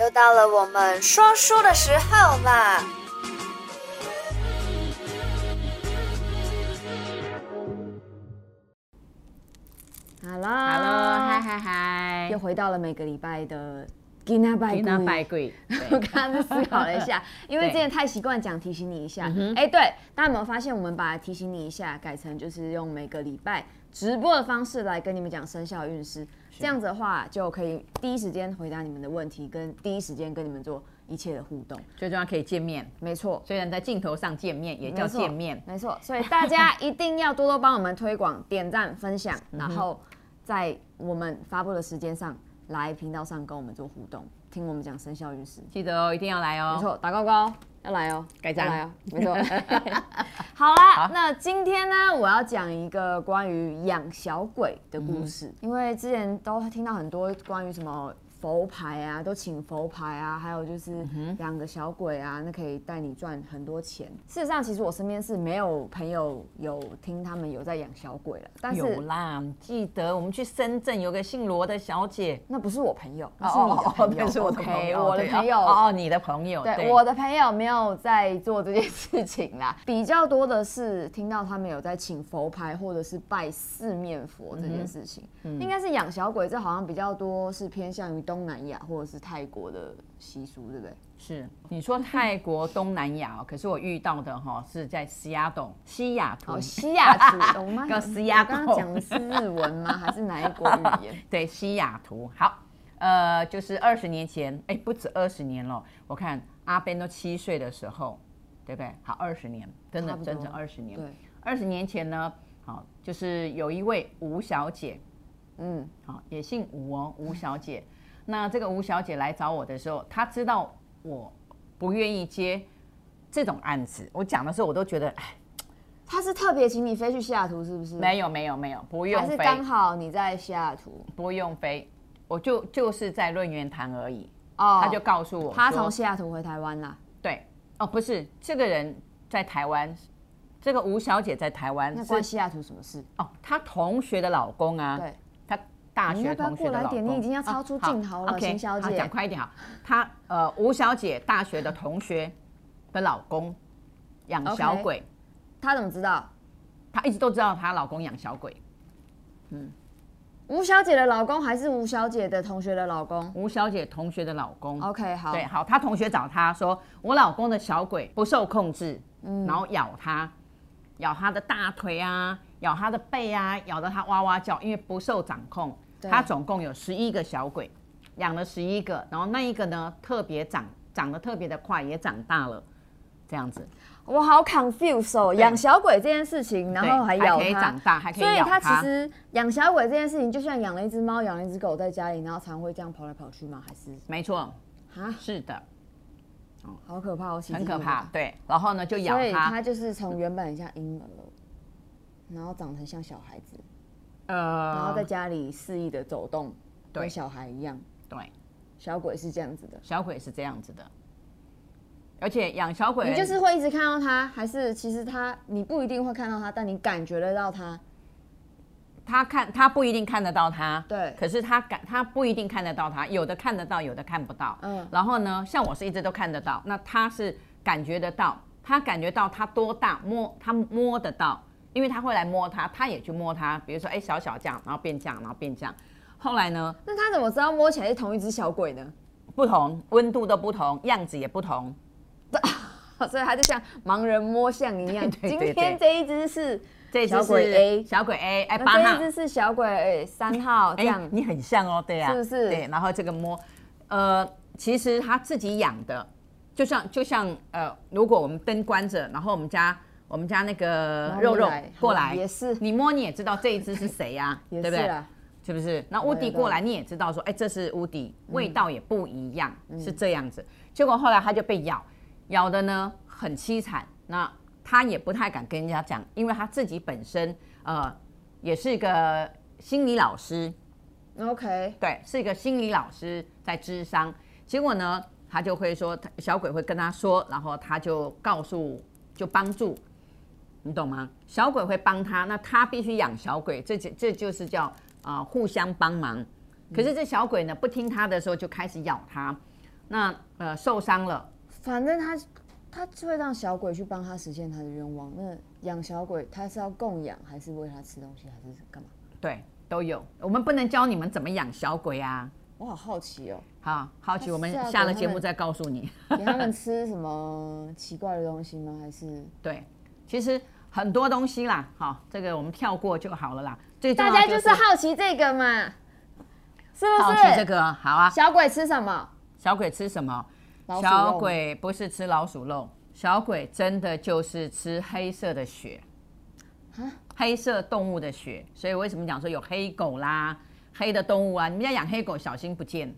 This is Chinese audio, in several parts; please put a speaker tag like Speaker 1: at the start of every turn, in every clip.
Speaker 1: 又到了我们说书的时候啦！
Speaker 2: Hello
Speaker 3: Hello，嗨嗨嗨，
Speaker 2: 又回到了每个礼拜的吉娜拜
Speaker 3: 你拿百鬼，
Speaker 2: 我
Speaker 3: 对
Speaker 2: 刚刚思考了一 下，因为之前太习惯讲提醒你一下。哎、对，大家有没有发现，我们把提醒你一下改成就是用每个礼拜直播的方式来跟你们讲生肖运势，这样子的话就可以第一时间回答你们的问题，跟第一时间跟你们做一切的互动。
Speaker 3: 最重要可以见面，
Speaker 2: 没错，
Speaker 3: 虽然在镜头上见面也叫
Speaker 2: 没错
Speaker 3: 见面，
Speaker 2: 没错。所以大 家一定要多多帮我们推广、点赞、分享，然后
Speaker 3: 嗯
Speaker 2: 在我们发布的时间上来频道上跟我们做互动，听我们讲生肖运势。
Speaker 3: 记得哦，一定要来
Speaker 2: 没
Speaker 3: 哦。
Speaker 2: 错，打高高要来哦，
Speaker 3: 盖章
Speaker 2: 要来哦，没错。 好啦，
Speaker 3: 好
Speaker 2: 那今天呢，我要讲一个关于养小鬼的故事，
Speaker 3: 嗯
Speaker 2: 因为之前都听到很多关于什么。佛牌啊，都请佛牌啊，还有
Speaker 3: 嗯
Speaker 2: 就是养个小鬼啊，那可以带你赚很多钱。事实上，其实我身边是没有朋友有听他们有在养小鬼了，但
Speaker 3: 有
Speaker 2: 是
Speaker 3: 啦，记得我们去深圳有个姓罗的小姐，
Speaker 2: 那不是我朋友，那
Speaker 3: 哦
Speaker 2: 是你的朋友，
Speaker 3: 哦哦那是我的朋
Speaker 2: OK，
Speaker 3: 友，
Speaker 2: 我的
Speaker 3: 对
Speaker 2: 朋友
Speaker 3: 哦哦，哦你的朋友，
Speaker 2: 对，我的朋友没有在做这件事情啦， 比较多的是听到他们有在请佛牌或者是拜四面佛这件事情，
Speaker 3: 嗯
Speaker 2: 应该是养小鬼，这好像比较多是偏向于东南亚或者是泰国的习俗，对不对？
Speaker 3: 是你说泰国东南亚哦，可是我遇到的哈是在西雅图，西雅图
Speaker 2: 哦，，西雅图，我 妈
Speaker 3: 叫西雅
Speaker 2: 我刚刚
Speaker 3: 图
Speaker 2: 讲的是日文吗？还是哪一国语 言？
Speaker 3: 对，西雅图。好，呃，就是二十年前，哎，不止二十年了。我看阿贝都七岁的时候，对不对？好，二十年，真的
Speaker 2: 差不多
Speaker 3: 整整二十年。
Speaker 2: 对，
Speaker 3: 二十年前呢，好，就是有一位吴小姐，
Speaker 2: 嗯，
Speaker 3: 好，也姓吴哦，吴小姐。 那这个吴小姐来找我的时候，她知道我不愿意接这种案子。我讲的时候，我都觉得，
Speaker 2: 嗯
Speaker 3: 哎，
Speaker 2: 他是特别请你飞去西雅图，是不是？
Speaker 3: 没有，没有，没有，不用
Speaker 2: 还是
Speaker 3: 飞，
Speaker 2: 刚好你在西雅图
Speaker 3: 不用飞，我就就是在论元堂而已。
Speaker 2: 哦
Speaker 3: 她就告诉我说，
Speaker 2: 他从西雅图回台湾啦，
Speaker 3: 对，哦，不是，这个人在台湾，这个吴小姐在台湾
Speaker 2: 那
Speaker 3: 是
Speaker 2: 关西雅图什么事？
Speaker 3: 哦，她同学的老公啊，
Speaker 2: 对，
Speaker 3: 她大
Speaker 2: 你
Speaker 3: 学
Speaker 2: 要不要
Speaker 3: 同学
Speaker 2: 过
Speaker 3: 的
Speaker 2: 来
Speaker 3: 老公，
Speaker 2: 点你已经要
Speaker 3: 哦
Speaker 2: 超出
Speaker 3: 好
Speaker 2: 镜头了
Speaker 3: OK，
Speaker 2: 邢小
Speaker 3: 好
Speaker 2: 姐
Speaker 3: 讲快一点哈。她呃，吴小姐大学的同学的老公养小
Speaker 2: OK
Speaker 3: 鬼，
Speaker 2: 他怎么知道？
Speaker 3: 她一直都知道她老公养小鬼。
Speaker 2: 吴小姐的老公还是吴小姐的同学的老公
Speaker 3: 吴小姐同学的老公
Speaker 2: ？OK，好，
Speaker 3: 嗯对，好，她同学找她说，我老公的小鬼不受控制，
Speaker 2: 嗯
Speaker 3: 然后咬她，咬她的大腿啊，咬她的背啊，咬得她哇哇叫，因为不受掌控。
Speaker 2: 对
Speaker 3: 她总共有十一个小鬼，养了十一个，然后那一个呢特别长，长得特别的快，也长大了，这样子。
Speaker 2: 我好 confused 哦，养小鬼这件事情，然后
Speaker 3: 对
Speaker 2: 还咬
Speaker 3: 可以长
Speaker 2: 它。
Speaker 3: 大，还可以
Speaker 2: 所以
Speaker 3: 咬
Speaker 2: 他
Speaker 3: 它。
Speaker 2: 其实养小鬼这件事情，就像养了一只猫、养了一只狗在家里，然后常会这样跑来跑去吗？还是
Speaker 3: 没错，
Speaker 2: 啊，
Speaker 3: 是的，
Speaker 2: 好可怕哦，其实
Speaker 3: 很可怕。。对，然后呢就咬
Speaker 2: 所以
Speaker 3: 它，
Speaker 2: 它就是从原本很像婴儿，然后长成像小孩子，然后
Speaker 3: 呃
Speaker 2: 在，家里肆意的走动，
Speaker 3: 对
Speaker 2: 跟小孩一样。
Speaker 3: 对，
Speaker 2: 小鬼是这样子的，
Speaker 3: 小鬼是这样子的，而且养小鬼
Speaker 2: 你就是会一直看到他，还是其实他你不一定会看到他，但你感觉得到他。
Speaker 3: 他看他不一定看得到他，
Speaker 2: 对
Speaker 3: 可是他感他不一定看得到他，有的看得到，有的看不到。
Speaker 2: 嗯
Speaker 3: 嗯，然后呢，像我是一直都看得到，那他是感觉得到，他感觉到他多大摸他摸得到，因为他会来摸他，他也去摸他，比如说哎小小这样，然后变这样，然后变这样。后来呢，
Speaker 2: 那他怎么知道摸起来是同一只小鬼呢？
Speaker 3: 不同温度都不同，样子也不同，
Speaker 2: 所以他就像盲人摸象一样。
Speaker 3: 对对
Speaker 2: 今天这一只是
Speaker 3: 这只
Speaker 2: 小鬼
Speaker 3: 是
Speaker 2: A
Speaker 3: 小鬼 A，哎
Speaker 2: 那
Speaker 3: 八号
Speaker 2: 这一只是小鬼哎三号这
Speaker 3: 哎、
Speaker 2: 样。
Speaker 3: 你很像哦，对啊，
Speaker 2: 是不是
Speaker 3: 对，然后这个摸，呃，其实他自己养的，就像就像呃，如果我们灯关着，然后我们家我们家那个
Speaker 2: 猫咪
Speaker 3: 肉肉
Speaker 2: 来
Speaker 3: 过来，
Speaker 2: 也是
Speaker 3: 你摸你也知道这一只是谁呀、
Speaker 2: 也
Speaker 3: 对
Speaker 2: 是
Speaker 3: 不对？
Speaker 2: 啊，
Speaker 3: 是不是？那乌迪过来你也知道说，哎、这是乌迪，味
Speaker 2: 嗯
Speaker 3: 道也不一样，是这样子。结果后来他就被咬，咬的呢很凄惨。那他也不太敢跟人家讲，因为他自己本身呃也是一个心理老师，
Speaker 2: OK，
Speaker 3: 对，是一个心理老师在智商。结果呢，他就会说，他小鬼会跟他说，然后他就告诉，就帮助，你懂吗？小鬼会帮他，那他必须养小鬼，这就这就是叫啊、呃互相帮忙。可是这小鬼呢，不听他的时候就开始咬他，那呃受伤了，
Speaker 2: 反正他他就会让小鬼去帮他实现他的愿望。那养小鬼，他是要供养，还是喂他吃东西，还是干嘛？
Speaker 3: 对，都有。我们不能教你们怎么养小鬼啊。
Speaker 2: 我好好 奇哦，
Speaker 3: 好，好奇，
Speaker 2: 那
Speaker 3: 我们
Speaker 2: 是要
Speaker 3: 下
Speaker 2: 给
Speaker 3: 了
Speaker 2: 他
Speaker 3: 节目
Speaker 2: 们
Speaker 3: 再告诉你。
Speaker 2: 给他们吃什么奇怪的东西吗？还是
Speaker 3: 对，其实很多东西啦，好，这个我们跳过就好了啦。最重
Speaker 2: 大
Speaker 3: 要
Speaker 2: 家
Speaker 3: 就
Speaker 2: 就是好奇这个嘛，是不
Speaker 3: 啊好
Speaker 2: 是？
Speaker 3: 奇这个，好啊。
Speaker 2: 小鬼吃什么？
Speaker 3: 小鬼吃什么？
Speaker 2: 老鼠肉吗
Speaker 3: 小鬼不是吃老鼠肉，小鬼真的就是吃黑色的血，黑色动物的血。所以为什么讲说有黑狗啦、黑的动物啊？你们要养黑狗，小心不见，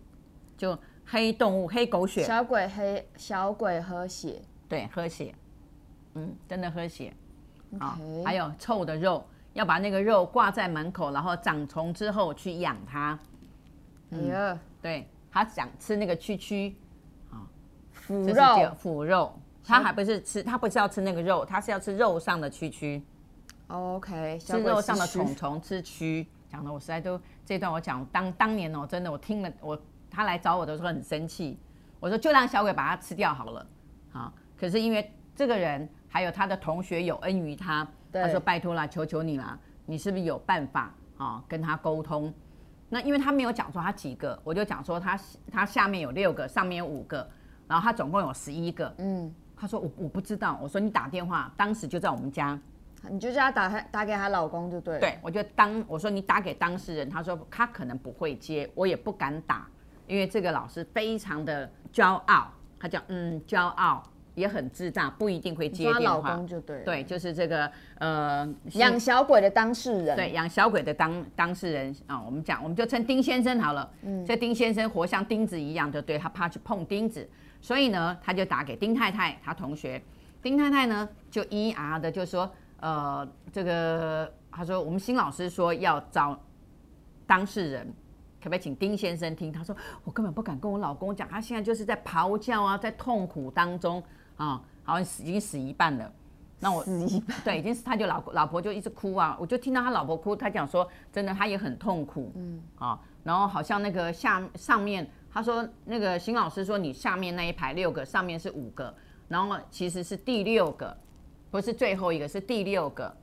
Speaker 3: 就黑动物、黑狗血，
Speaker 2: 小鬼黑，小鬼喝血。
Speaker 3: 对，喝血，嗯，真的喝血啊
Speaker 2: OK，。
Speaker 3: 还有臭的肉，要把那个肉挂在门口，然后长虫之后去养它。
Speaker 2: 哎呀，
Speaker 3: 对他想吃那个蛆蛆，
Speaker 2: 腐
Speaker 3: 这是第二
Speaker 2: 嗯肉
Speaker 3: 腐肉，他还不是吃，他不是要吃那个肉，他是要吃肉上的蛆蛆，
Speaker 2: ，OK，小
Speaker 3: 吃
Speaker 2: 鬼
Speaker 3: 肉上的虫
Speaker 2: 蛆
Speaker 3: 虫，吃蛆。讲的我实在都这段我讲当当年哦，真的我听了我他来找我的时候很生气，我说就让小鬼把它吃掉好了，好。可是因为这个人还有他的同学有恩于他，
Speaker 2: 对
Speaker 3: 他说拜托啦，求求你啦，你是不是有办法啊跟他沟通？那因为他没有讲说他几个，我就讲说他他下面有六个，上面有五个，然后他总共有十一个。
Speaker 2: 嗯，
Speaker 3: 他说我我不知道，我说你打电话，当时就在我们家，
Speaker 2: 你就叫他打他打给她老公就对了。
Speaker 3: 对我就当我说你打给当事人，他说他可能不会接，我也不敢打，因为这个老师非常的骄傲，他讲嗯骄傲，也很自大，不一定会
Speaker 2: 你
Speaker 3: 接
Speaker 2: 说她
Speaker 3: 电
Speaker 2: 老
Speaker 3: 话
Speaker 2: 公。就对了。
Speaker 3: 对，就是这个呃，
Speaker 2: 养小鬼的当事人。
Speaker 3: 对，养小鬼的当当事人啊、我们讲，我们就称丁先生好了。嗯，这丁先生活像钉子一样，就对他怕去碰钉子，所以呢，他就打给丁太太，他同学。丁太太呢，就一啊的就说，呃，这个他说我们新老师说要找当事人，可不可以请丁先生听？他说我根本不敢跟我老公讲，他现在就是在咆哮啊，在痛苦当中啊，好像死已经死一半了。那我
Speaker 2: 死 一半
Speaker 3: 对，已经是他就老老婆就一直哭啊，我就听到他老婆哭，他讲说真的，他也很痛苦，嗯啊，然后好像那个下上面他说那个邢老师说你下面那一排六个，上面是五个，然后其实是第六个，不是最后一个，是第六个，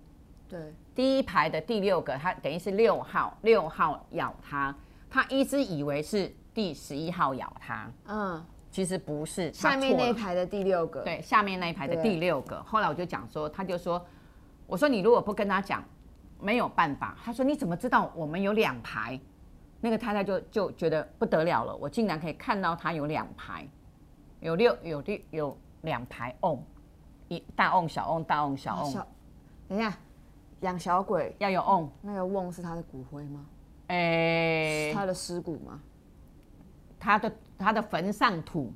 Speaker 2: 对，
Speaker 3: 第一排的第六个，他等于是六号，六号咬他，他一直以为是第十一号咬他，
Speaker 2: 嗯，
Speaker 3: 其实不是，他
Speaker 2: 下面
Speaker 3: 错
Speaker 2: 那一
Speaker 3: 了
Speaker 2: 排的第六个。，
Speaker 3: 对，下面那一排的
Speaker 2: 对
Speaker 3: 第六个。后来我就讲说，他就说，我说你如果不跟他讲，没有办法。他说你怎么知道我们有两排？那个太太就就觉得不得了了，我竟然可以看到他有两排，有六有六有两排瓮，一大瓮小瓮大瓮小瓮，
Speaker 2: 哦小，等一下，养小鬼
Speaker 3: 要有瓮。
Speaker 2: 那个瓮是他的骨灰吗？
Speaker 3: 诶、
Speaker 2: 是他的尸骨吗？
Speaker 3: 他的他的坟上土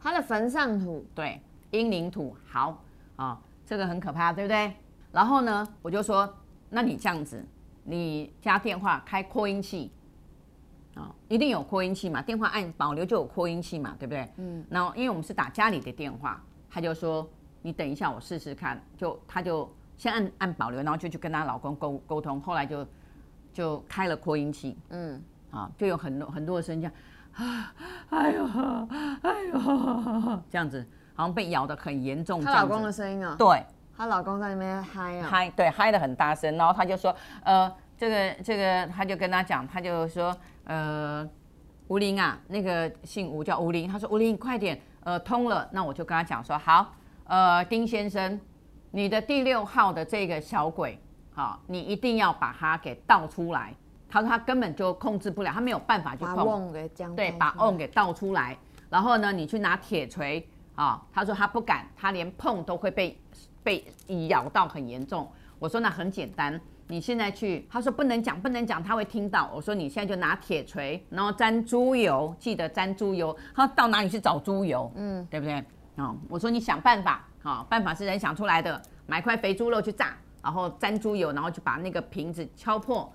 Speaker 2: 他的坟上土。
Speaker 3: 对，阴灵土好啊、这个很可怕，对不对？然后呢，我就说，那你这样子，你加电话开扩音器啊、一定有扩音器嘛，电话按保留就有扩音器嘛，对不对？嗯。然后因为我们是打家里的电话，他就说你等一下，我试试看，就他就先按按保留，然后就去跟她老公沟沟通，后来就就开了扩音器，
Speaker 2: 嗯，
Speaker 3: 啊，就有很多很多的声音这样， 啊，哎呦，哎呦，这样子，好像被咬得很严重。
Speaker 2: 她
Speaker 3: 这样
Speaker 2: 老公
Speaker 3: 子
Speaker 2: 的声音啊、
Speaker 3: 对
Speaker 2: 她老公在那边嗨啊、
Speaker 3: 嗨，对嗨的很大声，然后他就说，呃，这个这个，他就跟他讲，他就说，呃，吴玲啊，那个姓吴叫吴玲，他说吴玲快点，呃，通了，那我就跟他讲说，好，呃，丁先生，你的第六号的这个小鬼，好，你一定要把它给倒出来。他说他根本就控制不了，他没有办法去
Speaker 2: 把
Speaker 3: 控。
Speaker 2: 瓮给将
Speaker 3: 对，把瓮给倒出来，然后呢，你去拿铁锤啊。他说他不敢，他连碰都会被被咬到很严重。我说那很简单，你现在去。他说不能讲，不能讲，他会听到。我说你现在就拿铁锤，然后沾猪油，记得沾猪油。他说到哪里去找猪油？嗯，对不对？哦，我说你想办法，啊、办法是人想出来的，买块肥猪肉去炸，然后沾猪油，然后就把那个瓶子敲破，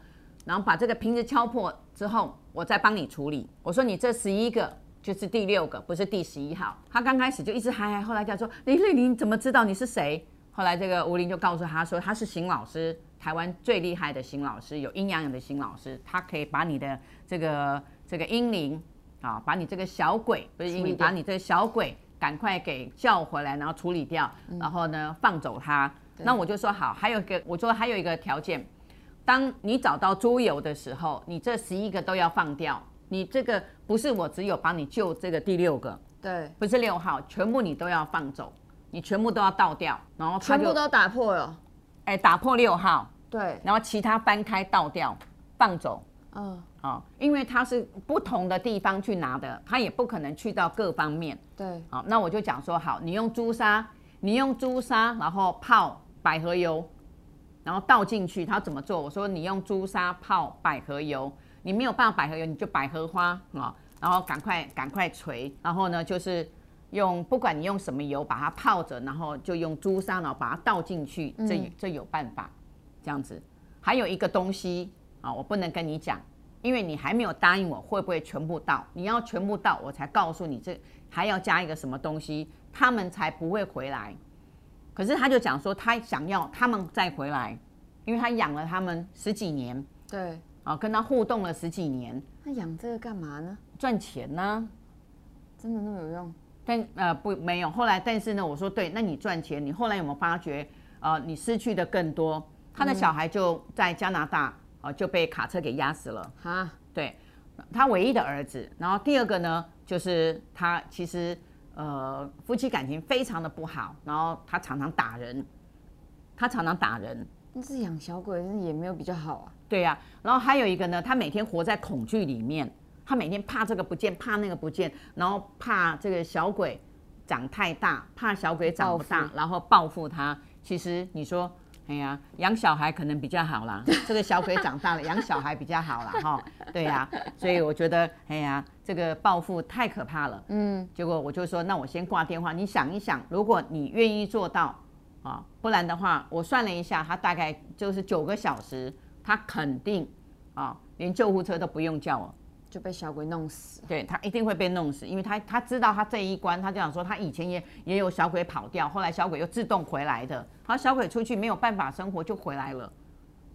Speaker 3: 然后把这个瓶子敲破之后，我再帮你处理。我说你这十一个就是第六个，不是第十一号。他刚开始就一直嗨嗨，后来讲说林瑞玲怎么知道你是谁？后来这个吴林就告诉他说他是邢老师，台湾最厉害的邢老师，有阴阳眼的邢老师，他可以把你的这个这个阴灵啊，把你这个小鬼不是英
Speaker 2: 处
Speaker 3: 语，
Speaker 2: 理掉
Speaker 3: 把你这个小鬼赶快给叫回来，然后处理掉，然后呢放走他。那我就说好，还有一个我说还有一个条件，当你找到桌游的时候，你这十一个都要放掉。你这个不是我只有帮你救这个第六个，
Speaker 2: 对，
Speaker 3: 不是六号，全部你都要放走，你全部都要倒掉，然后他
Speaker 2: 全
Speaker 3: 就
Speaker 2: 部都打破哦了。
Speaker 3: 哎打破六号，
Speaker 2: 对，
Speaker 3: 然后其他翻开倒掉放走
Speaker 2: 嗯，
Speaker 3: 啊、哦因为它是不同的地方去拿的，它也不可能去到各方面。
Speaker 2: 对，
Speaker 3: 好，那我就讲说，好，你用朱砂，你用朱砂，然后泡百合油，然后倒进去，他怎么做？我说你用朱砂泡百合油，你没有办法百合油，你就百合花啊、然后赶快赶快捶，然后呢就是用不管你用什么油把它泡着，然后就用朱砂，然后把它倒进去，这、这有办法，这样子。还有一个东西啊、我不能跟你讲，因为你还没有答应我会不会全部到，你要全部到我才告诉你这还要加一个什么东西，他们才不会回来。可是他就讲说他想要他们再回来，因为他养了他们十几年
Speaker 2: 对。
Speaker 3: 啊，跟他互动了十几年，
Speaker 2: 那养这个干嘛呢？
Speaker 3: 赚钱呢、
Speaker 2: 真的那么有用？
Speaker 3: 但呃不没有，后来但是呢，我说对，那你赚钱，你后来有没有发觉，呃，你失去的更多？他的小孩就在加拿大，呃，就被卡车给压死了。
Speaker 2: 哈，
Speaker 3: 对，他唯一的儿子。然后第二个呢，就是他其实呃夫妻感情非常的不好，然后他常常打人，他常常打人，
Speaker 2: 那是养小鬼，那也没有比较好啊。
Speaker 3: 对呀、然后还有一个呢，他每天活在恐惧里面，他每天怕这个不见，怕那个不见，然后怕这个小鬼长太大，怕小鬼长不
Speaker 2: 报
Speaker 3: 大，然后报复他。其实你说，哎呀，养小孩可能比较好啦，这个小鬼长大 了，养小孩比较好啦，哈，对呀、所以我觉得，哎呀，这个报复太可怕了。
Speaker 2: 嗯，
Speaker 3: 结果我就说，那我先挂电话。你想一想，如果你愿意做到啊，不然的话，我算了一下，他大概就是九个小时，他肯定啊，连救护车都不用叫了，
Speaker 2: 就被小鬼弄死。
Speaker 3: 对他一定会被弄死，因为他他知道他这一关，他就想说，他以前也也有小鬼跑掉，后来小鬼又自动回来的，然后小鬼出去没有办法生活就回来了。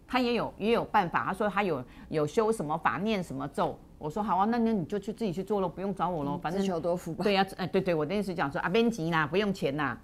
Speaker 3: 他也有也有办法，他说他有有修什么法念什么咒，我说好啊，那那你就去自己去做咯，不用找我咯，反正
Speaker 2: 嗯自求多福吧。
Speaker 3: 对呀、哎、对对，我的意思讲说啊，编辑啦，不用钱啦，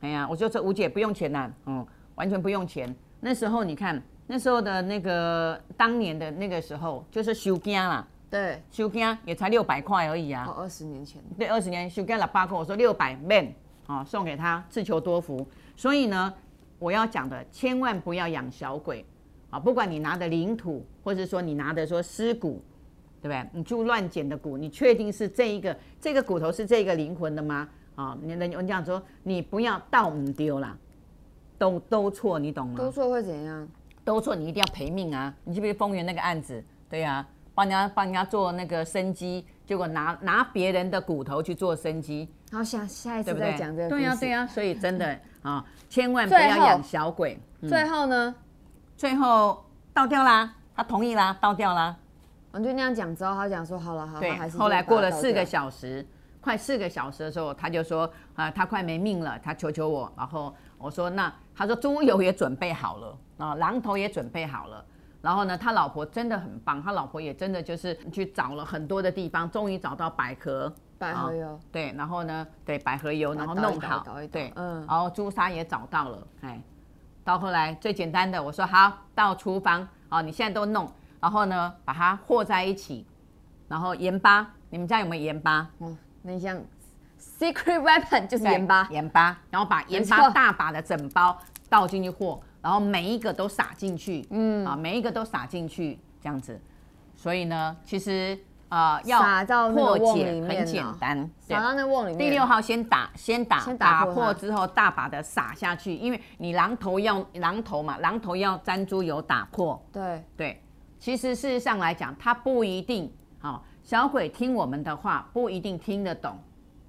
Speaker 3: 哎呀，我就说吴姐不用钱啦，嗯，完全不用钱。那时候你看，那时候的那个当年的那个时候，就是修家啦，
Speaker 2: 对，
Speaker 3: 修家也才六百块而已啊。
Speaker 2: 哦，二十年前。
Speaker 3: 对，二十年修改了八块，我说六百 man 啊、送给他，自求多福。所以呢，我要讲的，千万不要养小鬼啊！不管你拿的领土，或者说你拿的说尸骨，对不对？你就乱捡的骨，你确定是这一个这个骨头是这个灵魂的吗？啊，你人我讲说，你不要倒唔丢啦，都都错，你懂吗？
Speaker 2: 多做会怎样？
Speaker 3: 都错，你一定要赔命啊！你记不记得丰原那个案子？对啊，帮人家帮人家做那个生鸡，结果拿拿别人的骨头去做生鸡，
Speaker 2: 然后下下一
Speaker 3: 对
Speaker 2: 次
Speaker 3: 不对？
Speaker 2: 再讲这个故
Speaker 3: 对
Speaker 2: 事。
Speaker 3: 呀、对呀、啊所以真的啊，千万不
Speaker 2: 最
Speaker 3: 要
Speaker 2: 后
Speaker 3: 养小鬼。
Speaker 2: 嗯
Speaker 3: 嗯
Speaker 2: 最后呢，
Speaker 3: 最后倒掉啦，他同意啦，倒掉啦。
Speaker 2: 我就那样讲之后，他讲说好了好了，
Speaker 3: 对
Speaker 2: 他还，是
Speaker 3: 后来
Speaker 2: 就把
Speaker 3: 过
Speaker 2: 它
Speaker 3: 了
Speaker 2: 倒
Speaker 3: 四
Speaker 2: 掉
Speaker 3: 个小时，快四个小时的时候，他就说啊、他快没命了，他求求我。然后我说那他说猪油也准备好了啊，榔头也准备好了。然后呢，他老婆真的很棒，他老婆也真的就是去找了很多的地方，终于找到百合，
Speaker 2: 百合油
Speaker 3: 啊对，然后呢，对百合油，
Speaker 2: 把它
Speaker 3: 然后
Speaker 2: 倒一
Speaker 3: 弄
Speaker 2: 倒
Speaker 3: 好
Speaker 2: 倒一，倒
Speaker 3: 对，
Speaker 2: 嗯
Speaker 3: 然后朱砂也找到了，哎，到后来最简单的，我说好，到厨房哦，你现在都弄，然后呢，把它和在一起，然后盐巴，你们家有没有盐巴？
Speaker 2: 哦，那像 secret weapon 就是盐巴，
Speaker 3: 盐巴，然后把盐
Speaker 2: 没
Speaker 3: 巴
Speaker 2: 错
Speaker 3: 大把的整包倒进去和，然后每一个都撒进去，嗯，啊，每一个都撒进去，这样子。所以呢，其实呃，要
Speaker 2: 撒到那个
Speaker 3: 破
Speaker 2: 瓮
Speaker 3: 解
Speaker 2: 里面
Speaker 3: 很简
Speaker 2: 哦
Speaker 3: 单，对
Speaker 2: 撒到那瓮里面。
Speaker 3: 第六号先打，先打，
Speaker 2: 先打破它
Speaker 3: 破之后大把的撒下去，因为你榔头要榔头嘛，榔头要沾猪油打破。
Speaker 2: 对
Speaker 3: 对，其实事实上来讲，他不一定好、小鬼听我们的话不一定听得懂，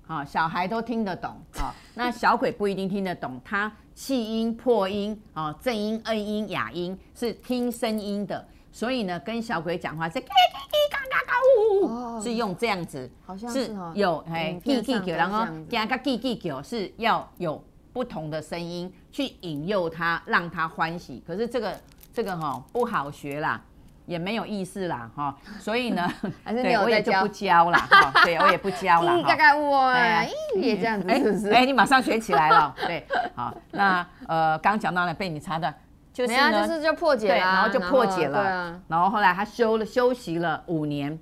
Speaker 3: 好、小孩都听得懂，好、那小鬼不一定听得懂，他气音、破音、哦正音、âm 音、哑音是听声音的，所以呢，跟小鬼讲话是叽叽叽嘎嘎嘎呜呜，
Speaker 2: 哦
Speaker 3: 呜，是用这样子，
Speaker 2: 好像
Speaker 3: 是
Speaker 2: 是哦
Speaker 3: 有哎
Speaker 2: 影片
Speaker 3: 叽叽
Speaker 2: 上
Speaker 3: 叽，
Speaker 2: 都
Speaker 3: 然后
Speaker 2: 这样子
Speaker 3: 嘎嘎叽叽叽是要有不同的声音去引诱他，让他欢喜。可是这个这个哈、不好学啦，也没有意思啦哈、所以呢，
Speaker 2: 还是
Speaker 3: 对
Speaker 2: 没有
Speaker 3: 我也
Speaker 2: 在
Speaker 3: 就
Speaker 2: 教
Speaker 3: 不教啦，哈、对我也不教啦。
Speaker 2: 咦，
Speaker 3: 哈
Speaker 2: 嘎嘎我
Speaker 3: 哎呀
Speaker 2: 咦啊也这样子
Speaker 3: 哎
Speaker 2: 是不是？
Speaker 3: 哎，你马上学起来了。对，好，那呃，刚讲到了被你插断，就是
Speaker 2: 没
Speaker 3: 呢，
Speaker 2: 啊，就是就破解
Speaker 3: 对，
Speaker 2: 啦，
Speaker 3: 然后就破解了。
Speaker 2: 对啊，
Speaker 3: 然后后来他休了休息了五年，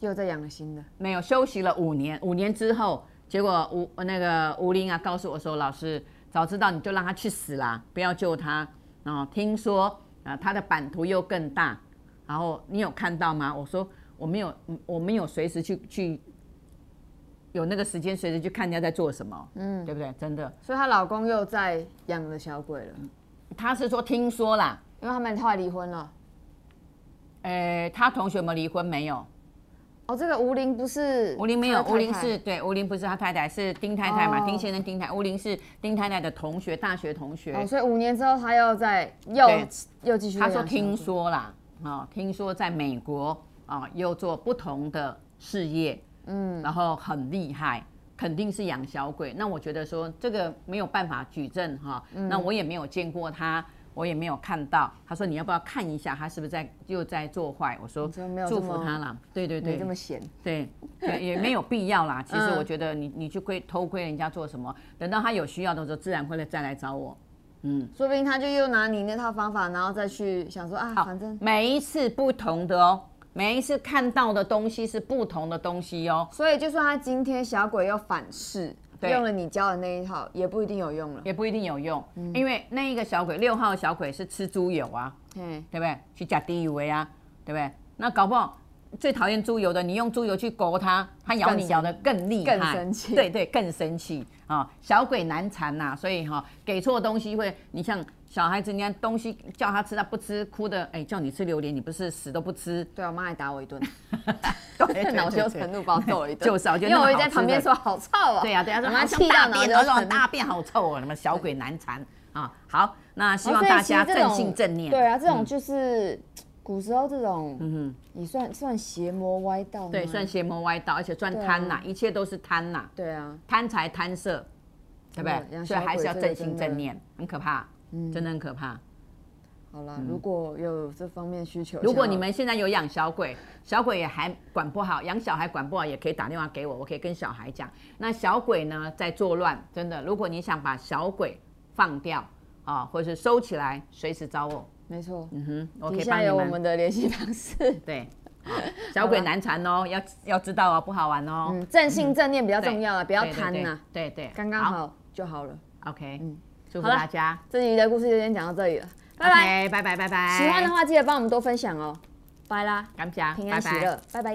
Speaker 2: 又在养了新的，
Speaker 3: 没有休息了五年，五年之后，结果吴那个吴林啊告诉我说，老师早知道你就让他去死啦，不要救他。然后听说啊、他的版图又更大，然后你有看到吗？我说我没有，嗯我没有随时去去。有那个时间随时去看人家在做什么，嗯，对不对？真的，
Speaker 2: 所以她老公又在养了小鬼了，
Speaker 3: 嗯他是说听说啦，
Speaker 2: 因为他们后来离婚了。
Speaker 3: 呃，他同学们离婚没有？
Speaker 2: 哦，这个吴玲不是
Speaker 3: 吴玲没有，
Speaker 2: 她的太
Speaker 3: 吴玲
Speaker 2: 太
Speaker 3: 是对，吴玲不是他太太，是丁太太嘛，
Speaker 2: 哦
Speaker 3: 丁先生丁太，吴玲是丁太太的同学，大学同学。
Speaker 2: 哦，所以五年之后她又在又
Speaker 3: 对
Speaker 2: 哦又继续
Speaker 3: 他
Speaker 2: 在养小鬼。
Speaker 3: 说听说啦，哦，听说在美国哦，又做不同的事业，嗯，然后很厉害。肯定是养小鬼，那我觉得说这个没有办法举证哈、
Speaker 2: 嗯
Speaker 3: 那我也没有见过他，我也没有看到。他说你要不要看一下，他是不是在又在做坏？我说
Speaker 2: 你说没有
Speaker 3: 祝
Speaker 2: 这
Speaker 3: 福
Speaker 2: 么
Speaker 3: 他啦，对对对，
Speaker 2: 没这么闲，
Speaker 3: 对，对也没有必要啦。其实
Speaker 2: 嗯
Speaker 3: 我觉得你你去窥偷窥人家做什么，等到他有需要的时候，自然会来再来找我。嗯，
Speaker 2: 说不定她就又拿你那套方法，然后再去想说啊，
Speaker 3: 好
Speaker 2: 反正。
Speaker 3: 每一次不同的哦，每一次看到的东西是不同的东西哦，
Speaker 2: 所以就算她今天小鬼又反噬，
Speaker 3: 对
Speaker 2: 用了你教的那一套，也不一定有用了。
Speaker 3: 也不一定有用，
Speaker 2: 嗯
Speaker 3: 因为那一个小鬼六号小鬼是吃猪油啊，
Speaker 2: 嘿，
Speaker 3: 对不对？去加低油啊，对不对？那搞不好最讨厌猪油的，你用猪油去勾它，它咬
Speaker 2: 更
Speaker 3: 你
Speaker 2: 生
Speaker 3: 咬得更厉害，
Speaker 2: 更生气
Speaker 3: 对对，更生气啊、小鬼难缠呐、所以哈、给错东西会，你像小孩子，你看东西叫他吃，他不吃，哭的，哎，叫你吃榴莲，你不是死都不吃，
Speaker 2: 对啊我妈还打我一顿，
Speaker 3: 对 对对
Speaker 2: 恼羞成怒把我揍了一顿，
Speaker 3: 就是啊我觉得
Speaker 2: 因为
Speaker 3: 那
Speaker 2: 我
Speaker 3: 个
Speaker 2: 一直在
Speaker 3: 好吃
Speaker 2: 旁边
Speaker 3: 的
Speaker 2: 说好臭啊，
Speaker 3: 对呀、对呀、
Speaker 2: 我
Speaker 3: 说
Speaker 2: 妈
Speaker 3: 啊
Speaker 2: 气
Speaker 3: 像
Speaker 2: 到
Speaker 3: 大
Speaker 2: 脑
Speaker 3: 便，
Speaker 2: 就
Speaker 3: 然后
Speaker 2: 成
Speaker 3: 大便好臭哦，什么小鬼难缠啊。好，那 希
Speaker 2: 哦
Speaker 3: 望
Speaker 2: 所以
Speaker 3: 大
Speaker 2: 其
Speaker 3: 家
Speaker 2: 实这种
Speaker 3: 正信正念。嗯
Speaker 2: 对啊，这种就是古时候这种，嗯，也算算邪魔歪道吗，
Speaker 3: 对，算邪魔歪道，而且算
Speaker 2: 对啊
Speaker 3: 贪呐、一切都是贪呐、
Speaker 2: 对啊，
Speaker 3: 贪财贪色，对不
Speaker 2: 真的
Speaker 3: 对？
Speaker 2: 养
Speaker 3: 所以
Speaker 2: 小
Speaker 3: 还
Speaker 2: 鬼
Speaker 3: 是要
Speaker 2: 这个
Speaker 3: 正心
Speaker 2: 真的
Speaker 3: 正念，很可怕，真的很可怕。
Speaker 2: 好啦，如果有这方面需求，
Speaker 3: 嗯如果
Speaker 2: 想要
Speaker 3: 你们现在有养小鬼，小鬼也还管不好，养小孩管不好，也可以打电话给我，我可以跟小孩讲。那小鬼呢在作乱，真的，如果你想把小鬼放掉啊、或者是收起来，随时找我，
Speaker 2: 没错，
Speaker 3: 嗯哼，我可
Speaker 2: 底
Speaker 3: 以帮
Speaker 2: 下
Speaker 3: 你
Speaker 2: 有我
Speaker 3: 们。
Speaker 2: 们的联系方式，
Speaker 3: 对，好小鬼难缠哦，要要知道哦，不好玩哦。
Speaker 2: 嗯，正信正念比较
Speaker 3: 对
Speaker 2: 重要啊，不要
Speaker 3: 对对
Speaker 2: 贪
Speaker 3: 对
Speaker 2: 呐，
Speaker 3: 对对，
Speaker 2: 刚刚。好就好了。
Speaker 3: OK，祝福
Speaker 2: 好了
Speaker 3: 大家，
Speaker 2: 这集的故事就先讲到这里了，拜拜。
Speaker 3: 拜拜，拜拜，拜拜。
Speaker 2: 喜欢的，话记得帮我们多分享哦，拜啦，
Speaker 3: 感谢，
Speaker 2: 平安喜
Speaker 3: 拜拜
Speaker 2: 乐，拜拜。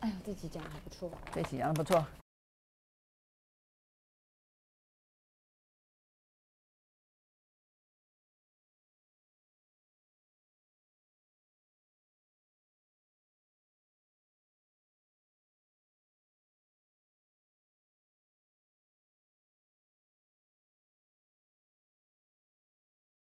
Speaker 2: 哎呦，这集讲的还不错。
Speaker 3: 这期讲的不错。